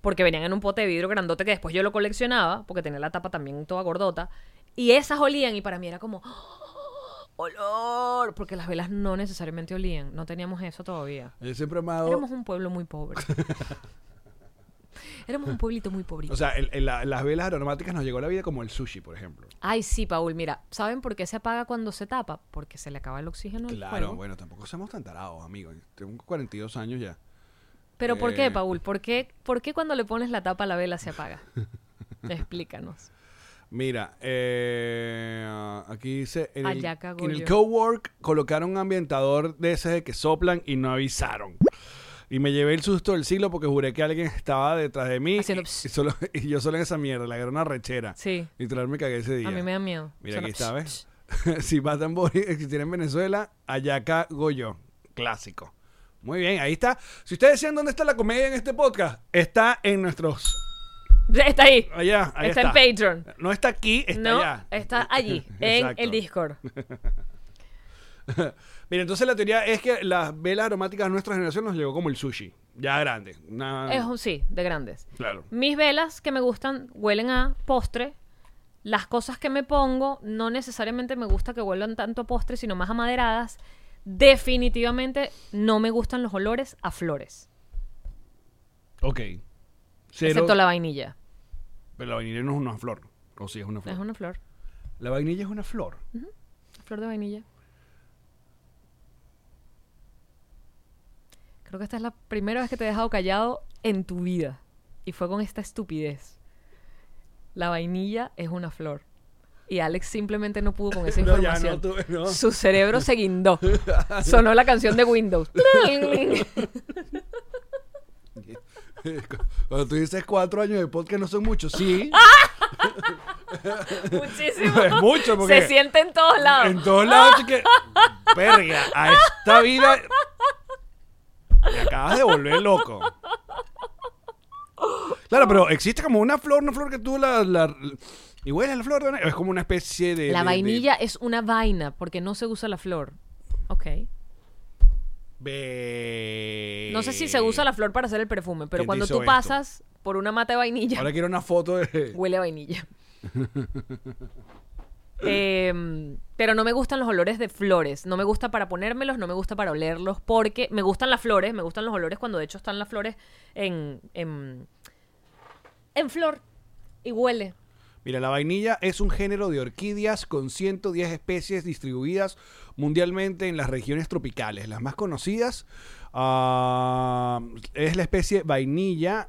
porque venían en un pote de vidrio grandote que después yo lo coleccionaba, porque tenía la tapa también toda gordota, y esas olían y para mí era como... ¡oh! ¡Olor! Porque las velas no necesariamente olían, no teníamos eso todavía.
Yo siempre he amado.
Éramos un pueblo muy pobre. Éramos un pueblito muy pobrito.
O sea, el- el- la- las velas aromáticas nos llegó a la vida como el sushi, por ejemplo.
Ay, sí, Paul, mira, ¿saben por qué se apaga cuando se tapa? Porque se le acaba el oxígeno al
Claro,
fuego.
bueno, tampoco somos tan tarados, amigos. Tengo 42 años ya.
¿Pero por qué,
Eh.
Paul? ¿Por qué, ¿Por qué cuando le pones la tapa a la vela se apaga? Explícanos.
Mira, eh, aquí dice, en el,
Ayaca
en
Goyo.
el cowork colocaron un ambientador de ese de que soplan y no avisaron. Y me llevé el susto del siglo porque juré que alguien estaba detrás de mí.
Haciendo
y,
ps.
y solo- y yo solo en esa mierda, la era una rechera.
Sí.
Literal me cagué ese día.
A mí me da miedo.
Mira,
Suena
aquí está,
psh,
¿ves? si Batan Body existiera en Venezuela, Ayaca Goyo. Clásico. Muy bien, ahí está. Si ustedes decían dónde está la comedia en este podcast, está en nuestros...
psh. Está ahí.
Allá, ahí
está,
está.
en Patreon.
No está aquí, está
no,
allá.
está allí, en
Exacto.
el Discord.
Mira, entonces la teoría es que las velas aromáticas de nuestra generación nos llegó como el sushi, ya grande. Una-
Es un Mm. sí, de grandes.
Claro.
Mis velas que me gustan huelen a postre. Las cosas que me pongo no necesariamente me gusta que huelan tanto a postre, sino más a maderadas. Definitivamente no me gustan los olores a flores,
Ok. Cero,
excepto la vainilla.
Pero la vainilla no es una flor. O sí, es una flor.
Es Mm. una flor,
La vainilla es una flor.
flor de vainilla. Creo que esta es la primera vez que te he dejado callado en tu vida. Y fue con esta estupidez. La vainilla es una flor. Y Alex simplemente no pudo con esa
No, ya
información.
no, tú- no.
Su cerebro se guindó. Sonó la canción de Windows.
Cuando tú dices cuatro años de podcast no son muchos. Sí,
¡Ah! Muchísimo.
es mucho porque...
Se siente en todos lados.
En todos lados, que... Verga, a esta vida... Me acabas de volver loco. Claro, pero existe como una flor, una flor que tú la... la- y huele a la flor, ¿no? es como una especie de... de-
La
de-
vainilla es una vaina porque no se usa la flor. Ok.
Ve.
No sé si se usa la flor para hacer el perfume, pero
¿Quién te
cuando
hizo
tú
esto?
pasas por una mata de vainilla,
Ahora quiero una foto de.
huele a vainilla. Em, pero no me gustan los olores de flores. No me gusta para ponérmelos, no me gusta para olerlos, porque me gustan las flores, me gustan los olores cuando de hecho están las flores en, en, en flor y huele.
Mira, la vainilla es un género de orquídeas con 110 especies distribuidas mundialmente en las regiones tropicales. Las más conocidas ah, es la especie vainilla.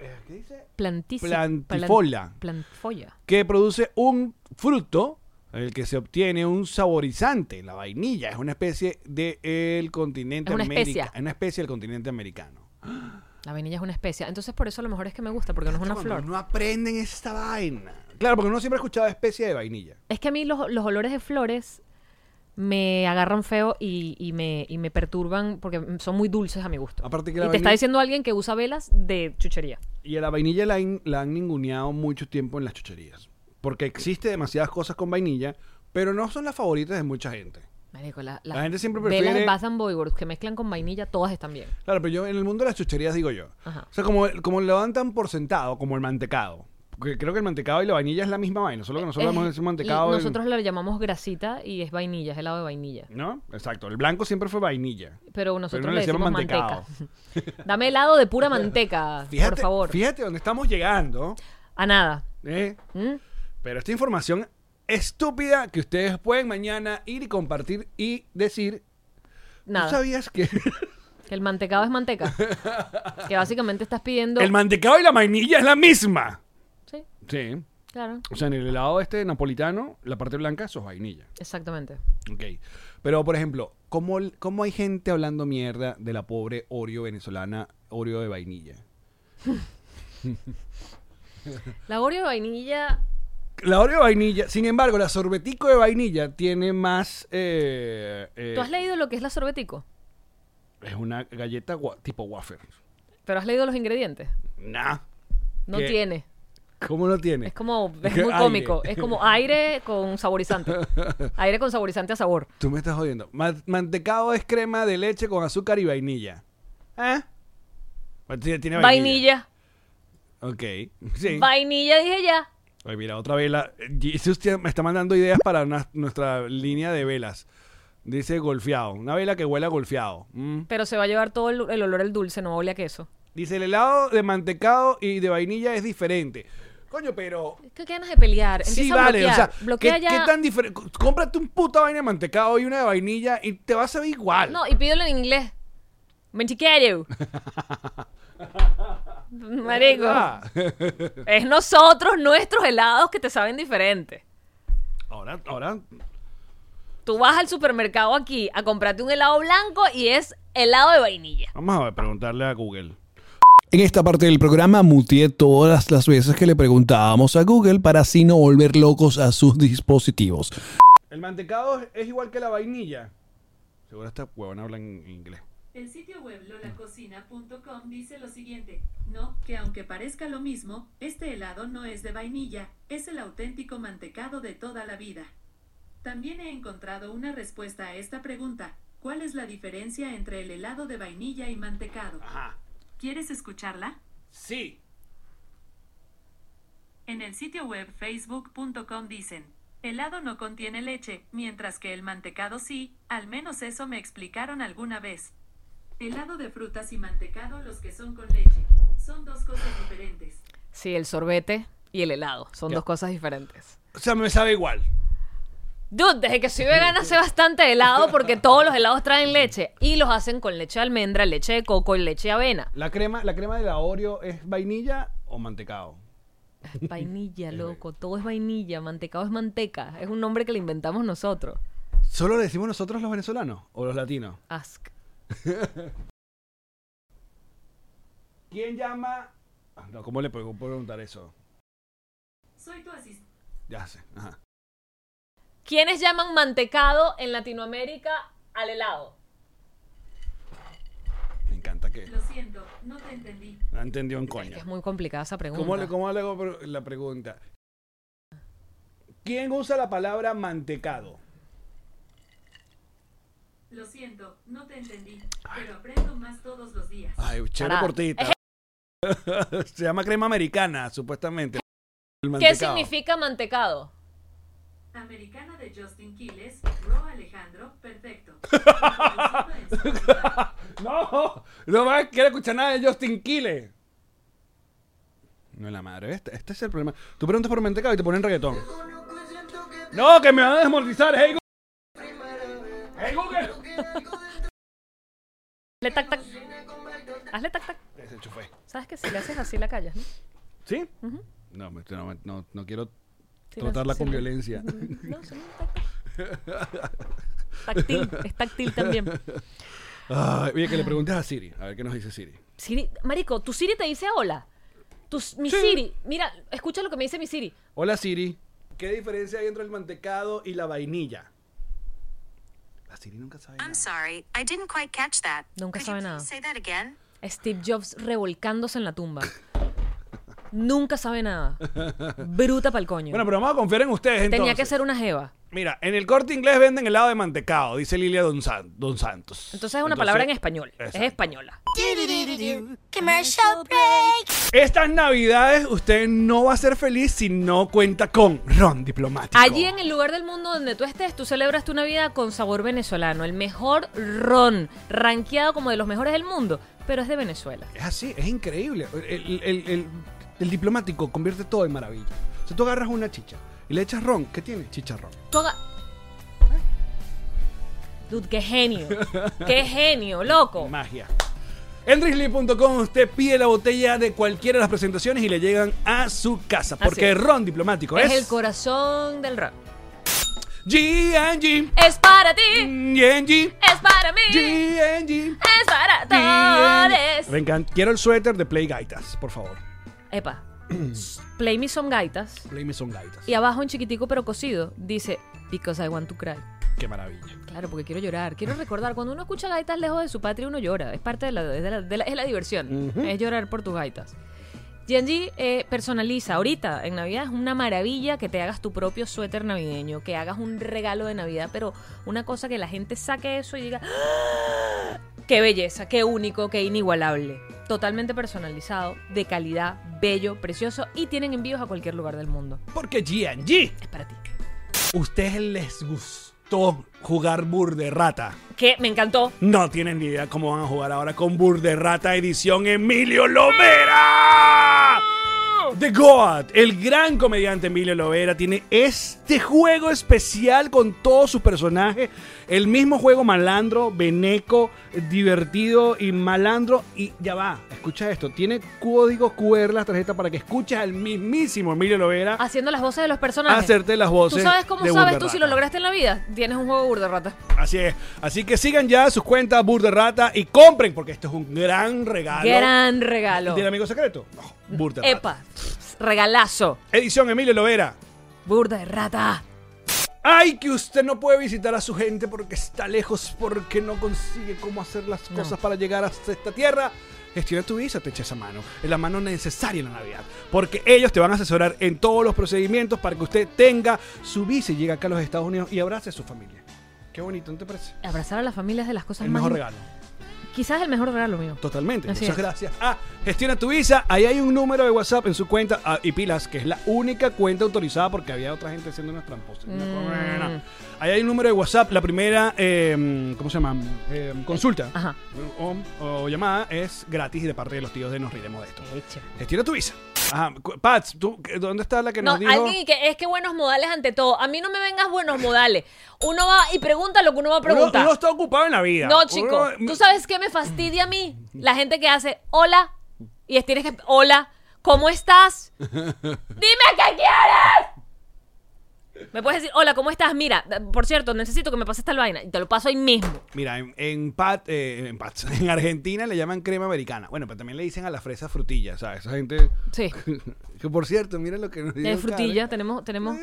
eh, ¿Qué dice?
Plantísima.
Plantifolia.
Plantifolia.
que produce un fruto el que se obtiene un saborizante, la vainilla, es una especie del continente
Es una
americano.
especia.
Es una especie del continente americano.
La vainilla es una especia. Entonces, por eso a lo mejor es que me gusta, porque no es una
Cuando
flor.
No aprenden esta vaina. Claro, porque uno siempre ha escuchado especie de vainilla.
Es que a mí los, los olores de flores me agarran feo y, y me, y me perturban porque son muy dulces a mi gusto.
Aparte que
y
la
te está
vainilla-
diciendo alguien que usa velas de chuchería.
Y a la vainilla la, han- la han ninguneado mucho tiempo en las chucherías. Porque existe demasiadas cosas con vainilla, pero no son las favoritas de mucha gente.
Marico, la,
La gente siempre
Velas de
prefiere-
Bath and Body Works que mezclan con vainilla, todas están bien.
Claro, pero yo en el mundo de las chucherías digo yo.
Ajá.
O sea, como, como lo dan tan por sentado, como el mantecado. Porque creo que el mantecado y la vainilla es la misma vaina, solo que nosotros
Es-
hemos hecho
y
mantecado. en-
nosotros la llamamos grasita y es vainilla, es helado de vainilla.
¿No? Exacto. El blanco siempre fue vainilla.
Pero nosotros
uno
le
le
decimos
llama
manteca. Dame helado de pura manteca,
Fíjate,
por favor.
Fíjate dónde estamos llegando.
A nada.
¿eh?
¿Mm?
Pero esta información estúpida que ustedes pueden mañana ir y compartir y decir. ¿Tú
Nada.
sabías que
Que el mantecado es manteca. que básicamente estás pidiendo.
el mantecado y la vainilla es la misma?
Sí,
Sí.
claro.
O sea, en el helado este napolitano, la parte blanca, eso es vainilla.
Exactamente.
Ok. Pero, por ejemplo, ¿cómo, cómo hay gente hablando mierda de la pobre Oreo venezolana, Oreo de vainilla?
La Oreo de vainilla.
La Oreo de vainilla, sin embargo, la sorbetico de vainilla tiene más... eh, eh,
¿Tú has leído lo que es la sorbetico?
Es una galleta gua- tipo wafer.
Pero has leído los ingredientes.
Nah.
No
¿Qué?
tiene.
¿Cómo no tiene?
Es como. Es
¿Qué
muy
aire?
cómico. Es como aire con saborizante. aire con saborizante a sabor.
Tú me estás jodiendo. Ma- mantecado es crema de leche con azúcar y vainilla. ¿Eh? Bueno, tiene- tiene
Vainilla.
vainilla. Ok. Sí.
Vainilla, dije ya.
Oye, mira, otra vela. Dice usted, me está mandando ideas para na- nuestra línea de velas. Dice golfeado. Una vela que huele a golfeado. Mm.
Pero se va a llevar todo el, el olor al dulce, no huele a queso.
Dice, el helado de mantecado y de vainilla es diferente. Coño, pero...
¿Qué ganas de pelear? Empieza
Sí,
a
vale,
bloquear.
o sea,
Bloquea
¿qué,
ya.
qué tan diferente? Cómprate un puta vaina de mantecado y una de vainilla y te vas a ver igual.
No, y pídelo en inglés. Mentiquero. Marico.
Ah.
Es nosotros, nuestros helados que te saben diferente.
Ahora, ahora,
Tú vas al supermercado aquí a comprarte un helado blanco y es helado de vainilla.
vamos a ver, preguntarle a Google. En esta parte del programa mutié todas las veces que le preguntábamos a Google para así no volver locos a sus dispositivos. El mantecado es igual que la vainilla. Seguro esta huevona habla en inglés.
El sitio web lolacocina.com dice lo siguiente, no, que aunque parezca lo mismo, este helado no es de vainilla, es el auténtico mantecado de toda la vida. También he encontrado una respuesta a esta pregunta, ¿cuál es la diferencia entre el helado de vainilla y mantecado?
Ajá.
¿Quieres escucharla?
Sí.
En el sitio web facebook.com dicen, helado no contiene leche, mientras que el mantecado sí, al menos eso me explicaron alguna vez. Helado de frutas y mantecado los que son con leche. Son dos cosas diferentes.
Sí, el sorbete y el helado son
Ya.
dos cosas diferentes.
O sea, me sabe igual.
Dude, desde que soy vegana sé bastante helado porque todos los helados traen leche y los hacen con leche de almendra, leche de coco y leche de avena.
La crema, la crema de la Oreo es vainilla o mantecado.
Vainilla, loco. Todo es vainilla. Mantecado es manteca. Es un nombre que le inventamos nosotros.
¿Solo le decimos nosotros los venezolanos o los latinos?
Ask.
¿Quién llama? Ah, No, ¿cómo le puedo puedo preguntar eso?
Soy tu asistente.
Ya sé. Ajá.
¿Quiénes llaman mantecado en Latinoamérica al helado?
Me encanta que
Lo siento, no te entendí.
no entendió un
Es que
coño.
es muy complicada esa pregunta.
¿Cómo le, cómo le hago pre- la pregunta? ¿Quién usa la palabra mantecado?
Lo siento, no te entendí, pero aprendo más todos los días.
Ay, chévere
Pará.
cortita. Se llama crema americana, supuestamente. El
¿Qué
mantecado.
significa mantecado?
Americana de Justin Quiles, Ro Alejandro, perfecto. Reproducido en Spotify.
No, no vas a querer escuchar nada de Justin Quiles. No es la madre, este, este es el problema. Tú preguntas por mantecado y te ponen reggaetón. No, que me van a desmortizar, hey Google. Hey Google.
Hazle tac tac. Hazle tac tac.
Desenchufé.
¿Sabes que si le haces así la callas? ¿no?
¿Sí? No, me- no, no, no quiero
Sí, la-
tratarla
sí,
con
la-
violencia.
No, son un tac tac. Táctil, es táctil también.
Ay, oye, que le preguntes a Siri, a ver qué nos dice Siri.
Siri, marico, tu Siri te dice hola. Tu, s- mi
Sí.
Siri, mira, escucha lo que me dice mi Siri.
Hola Siri. ¿Qué diferencia hay entre el mantecado y la vainilla? La Siri nunca sabe.
I'm sorry, I didn't quite catch that.
Nunca
Could
sabe
you
nada.
please say that again?
Steve Jobs revolcándose en la tumba. Nunca sabe nada. Bruta pa'l coño.
Bueno, pero vamos a confiar en ustedes entonces.
Tenía que ser una jeva.
Mira, en el corte inglés venden helado de mantecado, dice Lilia Don, San- Don Santos.
Entonces es una palabra en
Entonces,
español.
Exacto.
Es española.
Estas navidades usted no va a ser feliz si no cuenta con ron diplomático.
Allí en el lugar del mundo donde tú estés, tú celebras tu Navidad con sabor venezolano. El mejor ron, rankeado como de los mejores del mundo, pero es de Venezuela.
Es así, es increíble. El, el- el- el- el diplomático convierte todo en maravilla. O sea, tú agarras una chicha y le echas ron. ¿Qué tiene? Chicharrón.
Tú haga- ¿Eh? Dude, qué genio. Qué genio, loco.
Magia. En drizzly.com usted pide la botella de cualquiera de las presentaciones y le llegan a su casa. Porque
es.
ron diplomático
pues.
es.
Es el corazón del ron.
G&G.
Es para
Mm.
ti,
G&G.
es para mí,
G&G.
es para todos.
Me encanta. Quiero el suéter de Play Gaitas, por favor.
Epa, play me some gaitas.
Play Me Son Gaitas.
Y abajo en chiquitico pero cocido dice, because I want to cry.
Qué maravilla.
Claro, porque quiero llorar. Quiero recordar, cuando uno escucha gaitas lejos de su patria, uno llora. Es parte de la, es de la- de la- es la diversión. Es llorar por tus gaitas. G&G eh, personaliza. Ahorita, en Navidad, es una maravilla que te hagas tu propio suéter navideño, que hagas un regalo de Navidad, pero una cosa que la gente saque eso y diga, "¡Ah! ¡qué belleza, qué único, qué inigualable! Totalmente personalizado, de calidad, bello, precioso, y tienen envíos a cualquier lugar del mundo.
Porque G&G.
Es para ti.
¿Ustedes les gustó jugar Burde Rata?
Que me encantó.
No tienen ni idea cómo van a jugar ahora con Burde Rata edición Emilio Lovera. The God, el gran comediante Emilio Lovera, tiene este juego especial con todos sus personajes. El mismo juego malandro, beneco, divertido y malandro. Y ya va, escucha esto. Tiene código QR las tarjetas para que escuches al mismísimo Emilio Lovera
haciendo las voces de los personajes.
hacerte las voces.
¿Tú sabes cómo
de
sabes
Burda
tú si lo
Rata.
lograste en la vida? Tienes un juego burda rata.
Así es. Así que sigan ya sus cuentas Burde Rata y compren, porque esto es un gran regalo.
Gran regalo.
¿Del amigo secreto? No, Burde Rata.
Epa, regalazo.
Edición Emilio Lovera.
Burda de rata.
Ay, que usted no puede visitar a su gente porque está lejos, porque no consigue cómo hacer las cosas para llegar hasta esta tierra. Gestiona tu visa, te echa esa mano. Es la mano necesaria en la Navidad. Porque ellos te van a asesorar en todos los procedimientos para que usted tenga su visa y llegue acá a los Estados Unidos y abrace a su familia. Qué bonito, ¿no te parece?
Abrazar a las familias de las cosas
El
más.
mejor regalo.
Quizás el mejor regalo mío.
Totalmente.
Así
Muchas
es.
gracias. Ah, gestiona tu visa. Ahí hay un número de WhatsApp en su cuenta ah, y pilas, que es la única cuenta autorizada porque había otra gente haciendo unas tramposas. Una
Mm.
corona. Ahí hay un número de WhatsApp. La primera, eh, ¿cómo se llama? Eh, consulta
Ajá.
o, o llamada es gratis y de parte de los tíos de Nos Riremos de Esto.
Eche.
Gestiona tu visa. Ajá. Cu- Pats, ¿tú, qué- ¿dónde está la que
No,
nos dijo?
alguien que es que buenos modales ante todo. A mí no me vengas buenos modales. Uno va y pregunta lo que uno va a
Uno,
preguntar.
uno está ocupado en la vida.
No, chico.
Uno-
¿Tú sabes qué me fastidia a mí? La gente que hace hola y es- tienes que. Hola, ¿cómo estás? ¡Dime qué quieres! Me puedes decir, hola, ¿cómo estás? Mira, eh, por cierto, necesito que me pases tal vaina. Y te lo paso ahí mismo.
Mira, en, en, Pat- eh, en, Pats, en Argentina le llaman crema americana. Bueno, pero también le dicen a la fresa frutilla, ¿sabes? Esa gente...
Sí.
que por cierto, mira lo que nos dice
De
el
Eh, frutilla,
Karen.
tenemos, tenemos.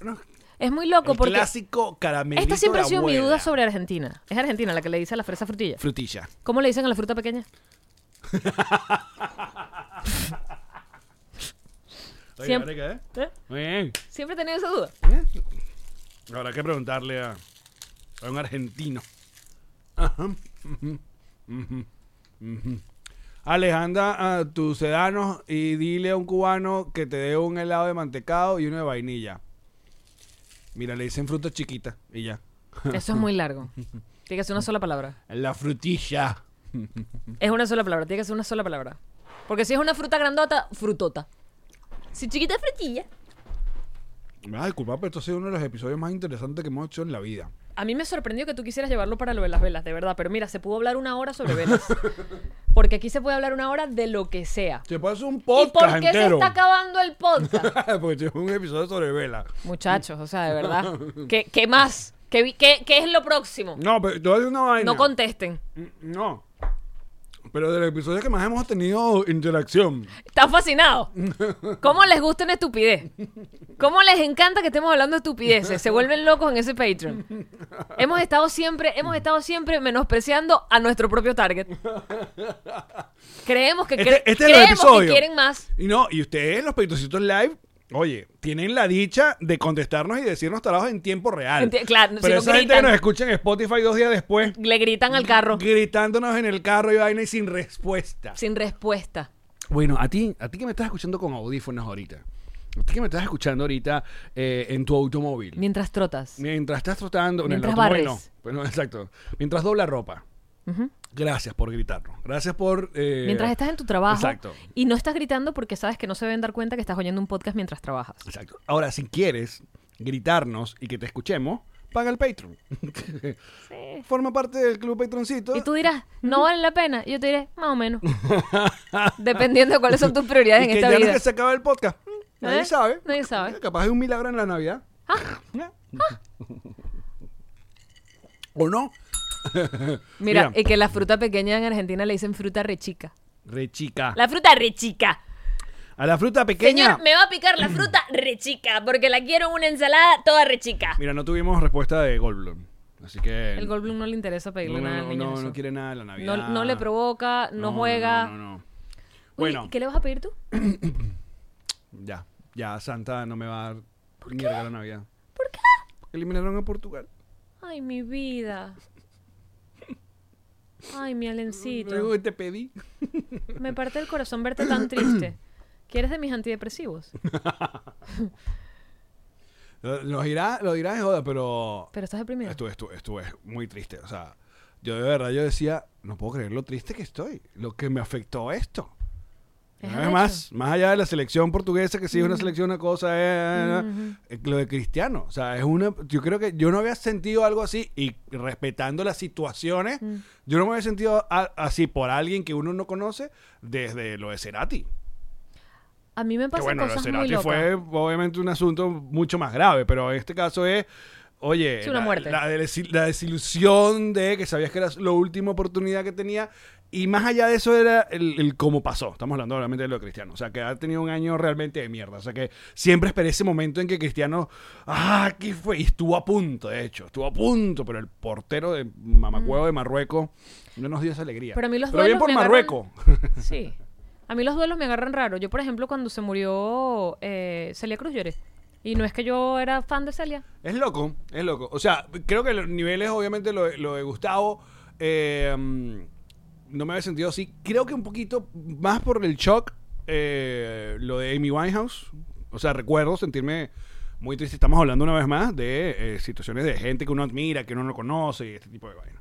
No,
Es muy loco
el
porque.
clásico caramelito
Esta siempre ha
de
sido mi
abuela.
duda sobre Argentina. Es Argentina la que le dice a la fresa frutilla.
Frutilla.
¿Cómo le dicen a la fruta pequeña?
Oye,
Siempre-
ahora que-
¿Eh?
Muy bien.
Siempre he tenido esa duda.
Habrá que preguntarle a, a un argentino. Ajá. Ujú. Ujú. Ujú. Alejandra a tus sedanos y dile a un cubano que te dé un helado de mantecado y uno de vainilla. Mira, le dicen fruta chiquita y ya.
Eso es muy largo. Tiene que ser una sola palabra.
La frutilla.
Es una sola palabra, tiene que ser una sola palabra. Porque si es una fruta grandota, frutota. Si chiquita es frutilla.
Me vas a disculpar, pero esto ha sido uno de los episodios más interesantes que hemos hecho en la vida.
A mí me sorprendió que tú quisieras llevarlo para lo de las velas, de verdad. Pero mira, se pudo hablar una hora sobre velas. Porque aquí se puede hablar una hora de lo que sea.
Se puede hacer un
¿Y
podcast
por qué se
entero.
está acabando el podcast?
Porque es un episodio sobre vela.
Muchachos, o sea, de verdad. ¿Qué, qué más? ¿Qué, vi- qué, qué es lo próximo?
No, pero te voy a decir una vaina.
No contesten.
No. Pero de los episodios que más hemos tenido interacción.
Están fascinados. ¿Cómo les gusta una estupidez? ¿Cómo les encanta que estemos hablando de estupideces? Se vuelven locos en ese Patreon. Hemos estado siempre, hemos estado siempre menospreciando a nuestro propio target. Creemos que, cre-
Este, este es el
creemos que
episodio.
quieren más.
Y no, y ustedes, los Peitrocitos Live, oye, tienen la dicha de contestarnos y decirnos trabajos en tiempo real.
Enti- claro, si
Pero
no
esa gente
gritan.
que nos escucha en Spotify dos días después,
Le gritan al carro
gritándonos en el carro y vaina y sin respuesta.
sin respuesta.
Bueno, a ti, a ti que me estás escuchando con audífonos ahorita, a ti que me estás escuchando ahorita eh, en tu automóvil,
Mientras trotas.
mientras estás trotando, no,
Mientras
en el automóvil
barres.
no, bueno, exacto, mientras dobla ropa. Gracias por gritarnos. Gracias por. eh,
Mientras estás en tu trabajo
Exacto.
y no estás gritando porque sabes que no se deben dar cuenta que estás oyendo un podcast mientras trabajas.
Exacto. Ahora, si quieres gritarnos y que te escuchemos, paga el Patreon. Forma parte del club Patroncito.
Y tú dirás, no vale la pena. Y yo te diré, más o menos. Dependiendo de cuáles son tus prioridades
Y
en
que
esta
ya no
vida.
que se acaba el podcast. Nadie
¿Eh?
sabe.
Nadie sabe.
Capaz de un milagro en la Navidad.
Ah,
¿O no?
Mira,
Mira.
y que la fruta pequeña en Argentina le dicen fruta rechica.
Rechica.
La fruta rechica.
A la fruta pequeña.
Señor, me va a picar la fruta rechica porque la quiero en una ensalada toda rechica.
Mira, no tuvimos respuesta de Goldblum. Así que.
El Goldblum no le interesa pedirle
no,
nada al
no,
niño.
no,
eso.
no quiere nada de la
No-
Navidad.
no le provoca, no,
No,
juega.
No, no, no.
Uy,
Bueno,
¿Qué le vas a pedir tú?
ya. Ya, Santa no me va a dar ni regalo de Navidad. ¿Por qué? Eliminaron a Portugal.
Ay, mi vida. Ay, mi
Luego
alencito.
que te pedí.
Me parte el corazón verte tan triste. ¿Quieres de mis antidepresivos?
Lo, lo dirá, lo dirá de joda, pero.
Pero estás deprimido.
Esto, esto, esto es muy triste. O sea, yo de verdad yo decía, no puedo creer lo triste que estoy. Lo que me afectó esto.
Es
Una vez
arrecho.
más, más allá de la selección portuguesa, que sí es una selección, una cosa, eh, eh, eh, lo de Cristiano. O sea, es una. Yo creo que yo no había sentido algo así y respetando las situaciones, yo no me había sentido a- así por alguien que uno no conoce desde lo de Cerati.
A mí me
Que
pasan
bueno, lo de
cosas muy
Cerati
locas.
fue obviamente un asunto mucho más grave, pero en este caso es. Oye,
Sí, una
la-
muerte.
La, desi- la desilusión de que sabías que era la última oportunidad que tenía. Y más allá de eso era el, el cómo pasó. Estamos hablando obviamente de lo de Cristiano. O sea, que ha tenido un año realmente de mierda. O sea, que siempre esperé ese momento en que Cristiano... ¡Ah! Aquí fue. Y estuvo a punto, de hecho. Estuvo a punto. Pero el portero de Mamacuevo de Marruecos no nos dio esa alegría.
Mm. Pero a mí los
bien
duelos
por
me agarran-
Marruecos.
Sí. A mí los duelos me agarran raro. Yo, por ejemplo, cuando se murió eh, Celia Cruz lloré. Y no es que yo era fan de Celia.
Es loco, es loco. O sea, creo que los niveles, obviamente, lo, de- lo de Gustavo, eh, mm, no me había sentido así. Creo que un poquito más por el shock, eh, lo de Amy Winehouse. O sea, recuerdo sentirme muy triste. Estamos hablando una vez más de eh, situaciones de gente que uno admira, que uno no conoce y este tipo de vaina.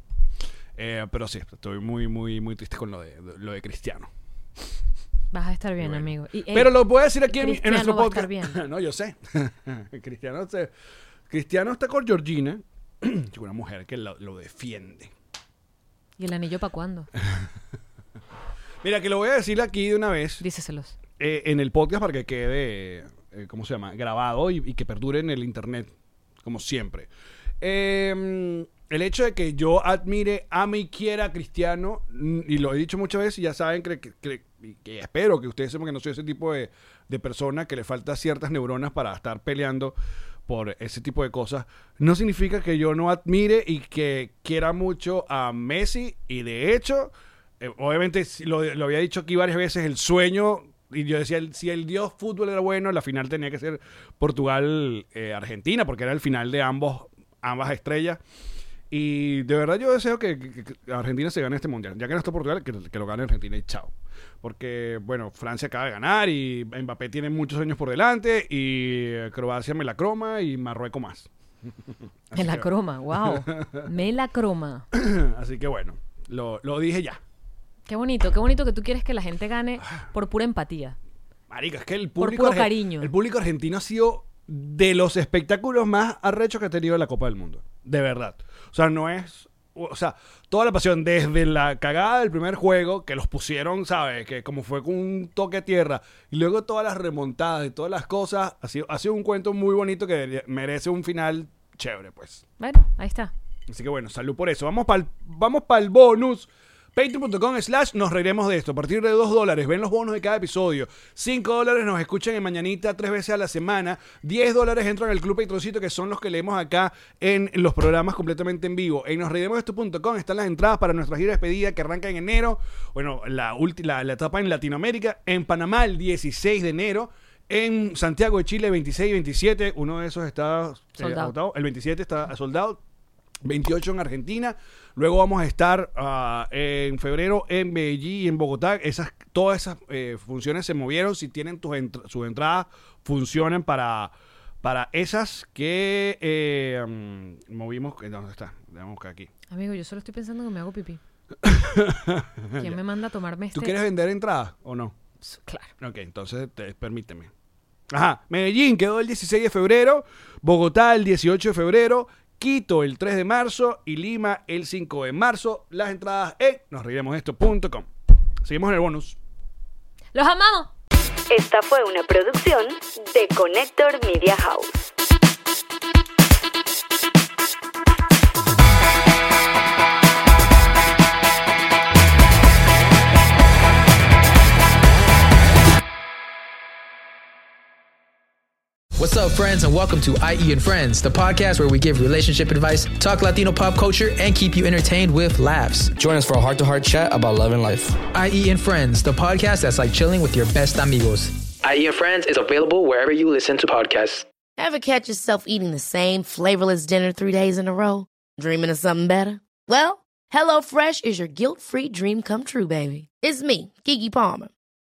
Eh, pero sí, estoy muy, muy, muy triste con lo de, lo de Cristiano.
Vas a estar bien,
Bueno.
amigo. Y, eh,
Pero
ey,
lo voy a decir aquí en, en
Cristiano
nuestro
va a estar
podcast. no, yo sé. Cristiano, se- Cristiano está con Georgina, chico, una mujer que lo, lo defiende.
¿Y el anillo para cuándo?
Mira, que lo voy a decir aquí de una vez
Díceselos.
eh, en el podcast para que quede, eh, ¿cómo se llama? Grabado y, y que perdure en el internet, como siempre. Eh, el hecho de que yo admire, ame y quiera a Cristiano, mm, y lo he dicho muchas veces, y ya saben que, que- que- y que espero que ustedes sepan que no soy ese tipo de, de persona que le falta ciertas neuronas para estar peleando por ese tipo de cosas, no significa que yo no admire y que quiera mucho a Messi, y de hecho, eh, obviamente sí, lo, lo había dicho aquí varias veces, el sueño, y yo decía, el- si el dios fútbol era bueno, la final tenía que eh, ser Portugal-Argentina, porque era el final de ambos, ambas estrellas. Y de verdad yo deseo que, que- que Argentina se gane este mundial. Ya que no está Portugal, que, que lo gane Argentina y chao. Porque, bueno, Francia acaba de ganar y Mbappé tiene muchos años por delante y eh, Croacia me la croma y Marruecos más.
Melacroma, wow. Melacroma.
Así que bueno, lo, lo dije ya.
Qué bonito, qué bonito que tú quieres que la gente gane
Ah.
por pura empatía.
Marica, es que el
Por
público.
puro
arge-
cariño.
El público argentino ha sido de los espectáculos más arrechos que ha tenido la Copa del Mundo. De verdad. O sea, no es. O sea, toda la pasión, desde la cagada del primer juego, que los pusieron, ¿sabes? Que como fue con un toque a tierra, y luego todas las remontadas y todas las cosas, ha sido, ha sido un cuento muy bonito que debería- merece un final chévere, pues.
Bueno, ahí está.
Así que bueno, salud por eso. Vamos para el, vamos pa'l bonus. Patreon.com slash nos reiremos de esto. A partir de 2 dólares ven los bonos de cada episodio. 5 dólares nos escuchan en Mañanita tres veces a la semana. 10 dólares entran al Club Patroncito que son los que leemos acá en los programas completamente en vivo. En nosreiremosesto.com están las entradas para nuestra gira de despedida que arranca en enero. Bueno, la, ulti- la, la etapa en Latinoamérica. En Panamá el 16 de enero. En Santiago de Chile 26 y 27. Uno de esos está eh,
Sold out.
agotado. El 27 está soldado. 28 en Argentina. Luego vamos a estar ah, en febrero en Medellín y en Bogotá. Esas, todas esas eh, funciones se movieron. Si tienen tus entr- sus entradas, funcionan para, para esas que eh, mm, movimos. que- ¿Dónde está? Vamos a buscar aquí.
Amigo, yo solo estoy pensando que me hago pipí. ¿Quién me manda a tomarme este?
¿Tú quieres vender entradas o no?
Claro.
Ok, entonces te- permíteme. Ajá, Medellín quedó el 16 de febrero, Bogotá el 18 de febrero, Quito el 3 de marzo y Lima el 5 de marzo. Las entradas en nosreiremosesto.com. Seguimos en el bonus.
¡Los amamos!
Esta fue una producción de Connector Media House.
What's up, friends, and welcome to IE and Friends, the podcast where we give relationship advice, talk Latino pop culture, and keep you entertained with laughs.
Join us for a heart to heart chat about love and life.
IE and Friends, the podcast that's like chilling with your best amigos. IE and Friends is available wherever you listen to podcasts.
Ever catch yourself eating the same flavorless dinner three days in a row? Dreaming of something better? Well, HelloFresh is your guilt free dream come true, baby. It's me, Kiki Palmer.